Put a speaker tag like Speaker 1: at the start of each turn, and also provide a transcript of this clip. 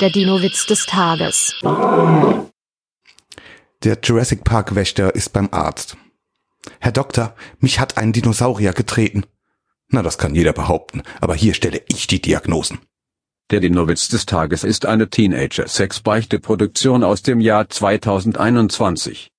Speaker 1: Der Dino-Witz des Tages.
Speaker 2: Der Jurassic Park Wächter ist beim Arzt. Herr Doktor, mich hat ein Dinosaurier getreten. Na, das kann jeder behaupten, aber hier stelle ich die Diagnosen.
Speaker 3: Der Dinowitz des Tages ist eine Teenager-Sex-Beichte-Produktion aus dem Jahr 2021.